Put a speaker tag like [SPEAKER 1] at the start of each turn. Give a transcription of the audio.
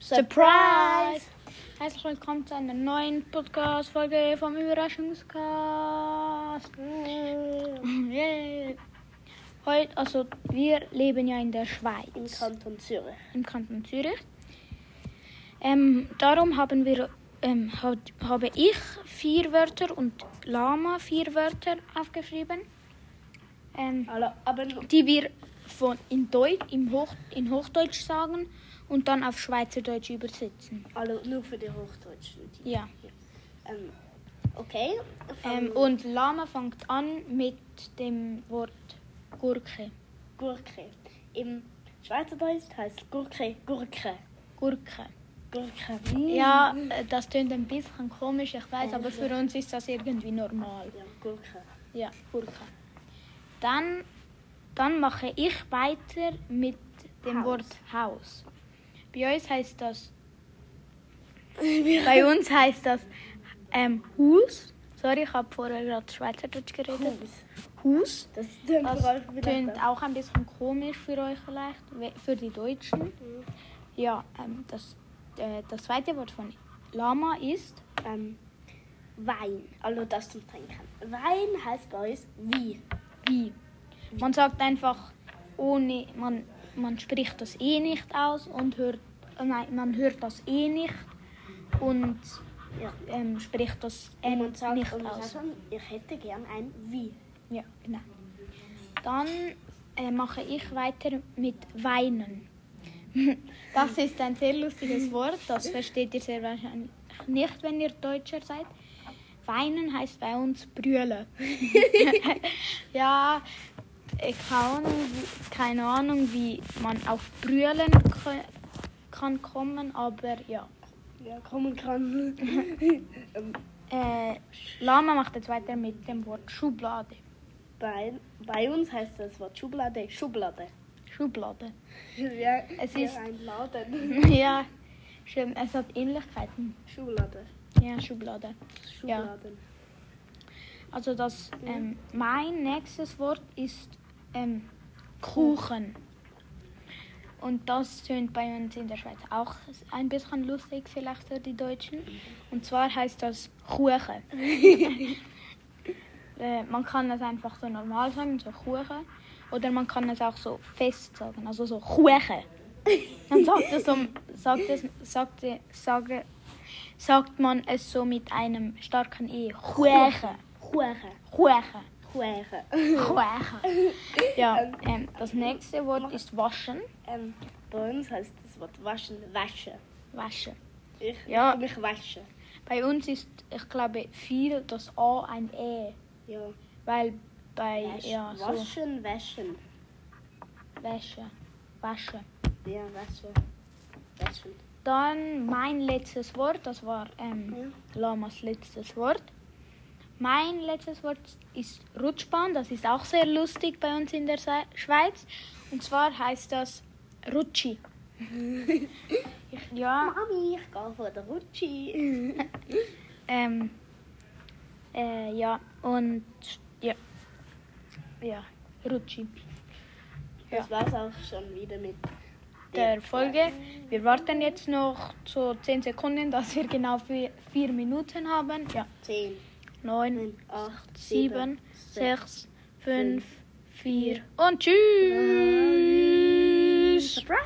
[SPEAKER 1] Surprise! Herzlich willkommen zu einer neuen Podcast-Folge vom Überraschungscast. Yay. Heute, also wir leben ja in der
[SPEAKER 2] Im
[SPEAKER 1] Schweiz,
[SPEAKER 2] Kanton Zürich.
[SPEAKER 1] im Kanton Zürich. Ähm, darum haben wir, ähm, hat, habe ich vier Wörter und Lama vier Wörter aufgeschrieben, ähm,
[SPEAKER 2] Also, aber nur-
[SPEAKER 1] die wir von in, Deutsch, im Hoch, in Hochdeutsch sagen und dann auf Schweizerdeutsch übersetzen.
[SPEAKER 2] also nur für die Hochdeutschen. Die
[SPEAKER 1] Ja.
[SPEAKER 2] Ähm, okay.
[SPEAKER 1] Ähm,
[SPEAKER 2] fangen wir
[SPEAKER 1] und Lama fängt an mit dem Wort Gurke.
[SPEAKER 2] mit Gurke. Im Schweizerdeutsch heißt Gurke Gurke.
[SPEAKER 1] Gurke.
[SPEAKER 2] Gurke. hm.
[SPEAKER 1] Ja, äh, das tönt ein bisschen komisch, ich weiß, aber für uns ist das irgendwie normal.
[SPEAKER 2] Ah, Ja, Gurke.
[SPEAKER 1] Ja, Gurke. Dann, dann mache ich weiter mit dem
[SPEAKER 2] Haus.
[SPEAKER 1] Wort Haus. Bei uns heißt das. bei uns heißt das ähm, Haus. Sorry, ich habe vorher gerade Schweizerdeutsch geredet. Haus.
[SPEAKER 2] Das tönt
[SPEAKER 1] Das
[SPEAKER 2] vor allem
[SPEAKER 1] klingt
[SPEAKER 2] wieder.
[SPEAKER 1] auch ein bisschen komisch für euch vielleicht, we- für die Deutschen. Ja, ähm, das, äh, das zweite Wort von Lama ist
[SPEAKER 2] Ähm, Wein. Also das zum Trinken. Wein heißt bei uns wie.
[SPEAKER 1] wie. Man sagt einfach ohne, man, man spricht das eh nicht aus und hört, äh, nein, man hört das eh nicht und
[SPEAKER 2] Ja.
[SPEAKER 1] ähm, spricht das
[SPEAKER 2] Und
[SPEAKER 1] ähm,
[SPEAKER 2] man sagt,
[SPEAKER 1] nicht
[SPEAKER 2] und man
[SPEAKER 1] aus.
[SPEAKER 2] sagt dann, ich hätte gern ein wie.
[SPEAKER 1] Ja, genau. Dann äh, mache ich weiter mit Weinen. Das ist ein sehr lustiges Wort, das versteht ihr sehr wahrscheinlich nicht, wenn ihr Deutscher seid. Weinen heißt bei uns brüllen. ja, ich keine Ahnung, wie- keine Ahnung, wie man auf brüllen kö- kann kommen, aber ja.
[SPEAKER 2] Ja, kommen kann. ähm,
[SPEAKER 1] Äh, Lama macht jetzt weiter mit dem Wort Schublade.
[SPEAKER 2] bei, bei uns heißt das Wort Schublade Schublade.
[SPEAKER 1] Schublade.
[SPEAKER 2] Ja,
[SPEAKER 1] Es
[SPEAKER 2] es ist
[SPEAKER 1] ist-
[SPEAKER 2] ein Laden.
[SPEAKER 1] Ja, stimmt. Es hat Ähnlichkeiten.
[SPEAKER 2] Schublade.
[SPEAKER 1] Ja, Schublade.
[SPEAKER 2] Schubladen.
[SPEAKER 1] Also das, ähm, mein nächstes Wort ist ähm, Kuchen. Und das tönt bei uns in der Schweiz auch ein bisschen lustig, vielleicht für die Deutschen. Und zwar heißt das Kuchen. äh, man kann es einfach so normal sagen, so Kuchen. Oder man kann es auch so fest sagen, also so Kuchen. Dann sagt, es so, sagt, es, sagt, sage, sagt man es so mit einem starken E. Kuchen.
[SPEAKER 2] Kuchen.
[SPEAKER 1] Kuchen.
[SPEAKER 2] Kuchen.
[SPEAKER 1] Kuchen. Ja, ähm, das nächste Wort ist waschen.
[SPEAKER 2] ähm, bei uns heißt das Wort waschen waschen.
[SPEAKER 1] Waschen.
[SPEAKER 2] Ich
[SPEAKER 1] Ja.
[SPEAKER 2] tu mich waschen.
[SPEAKER 1] Bei uns ist, ich glaube, viel das A ein E.
[SPEAKER 2] Ja.
[SPEAKER 1] Weil bei,
[SPEAKER 2] Wasch-
[SPEAKER 1] ja, so,
[SPEAKER 2] waschen, waschen.
[SPEAKER 1] Wäsche. Waschen.
[SPEAKER 2] Ja, waschen. Waschen.
[SPEAKER 1] Dann mein letztes Wort, das war ähm, Lamas letztes Wort. Mein letztes Wort ist Rutschbahn, das ist auch sehr lustig bei uns in der Se Schweiz. Und zwar heißt das Rutschi. Ich, ja,
[SPEAKER 2] Mami, ich gehe von der Rutschi.
[SPEAKER 1] Ähm, äh, ja, und ja. Ja, Rutschi.
[SPEAKER 2] Das war's auch schon wieder mit
[SPEAKER 1] Der Folge. Wir warten jetzt noch so 10 Sekunden, dass wir genau 4 Minuten haben. Ja,
[SPEAKER 2] 10,
[SPEAKER 1] 9,
[SPEAKER 2] 9, 8,
[SPEAKER 1] 7,
[SPEAKER 2] 7,
[SPEAKER 1] 6, 5, 4 und tschüss.
[SPEAKER 2] Surprise!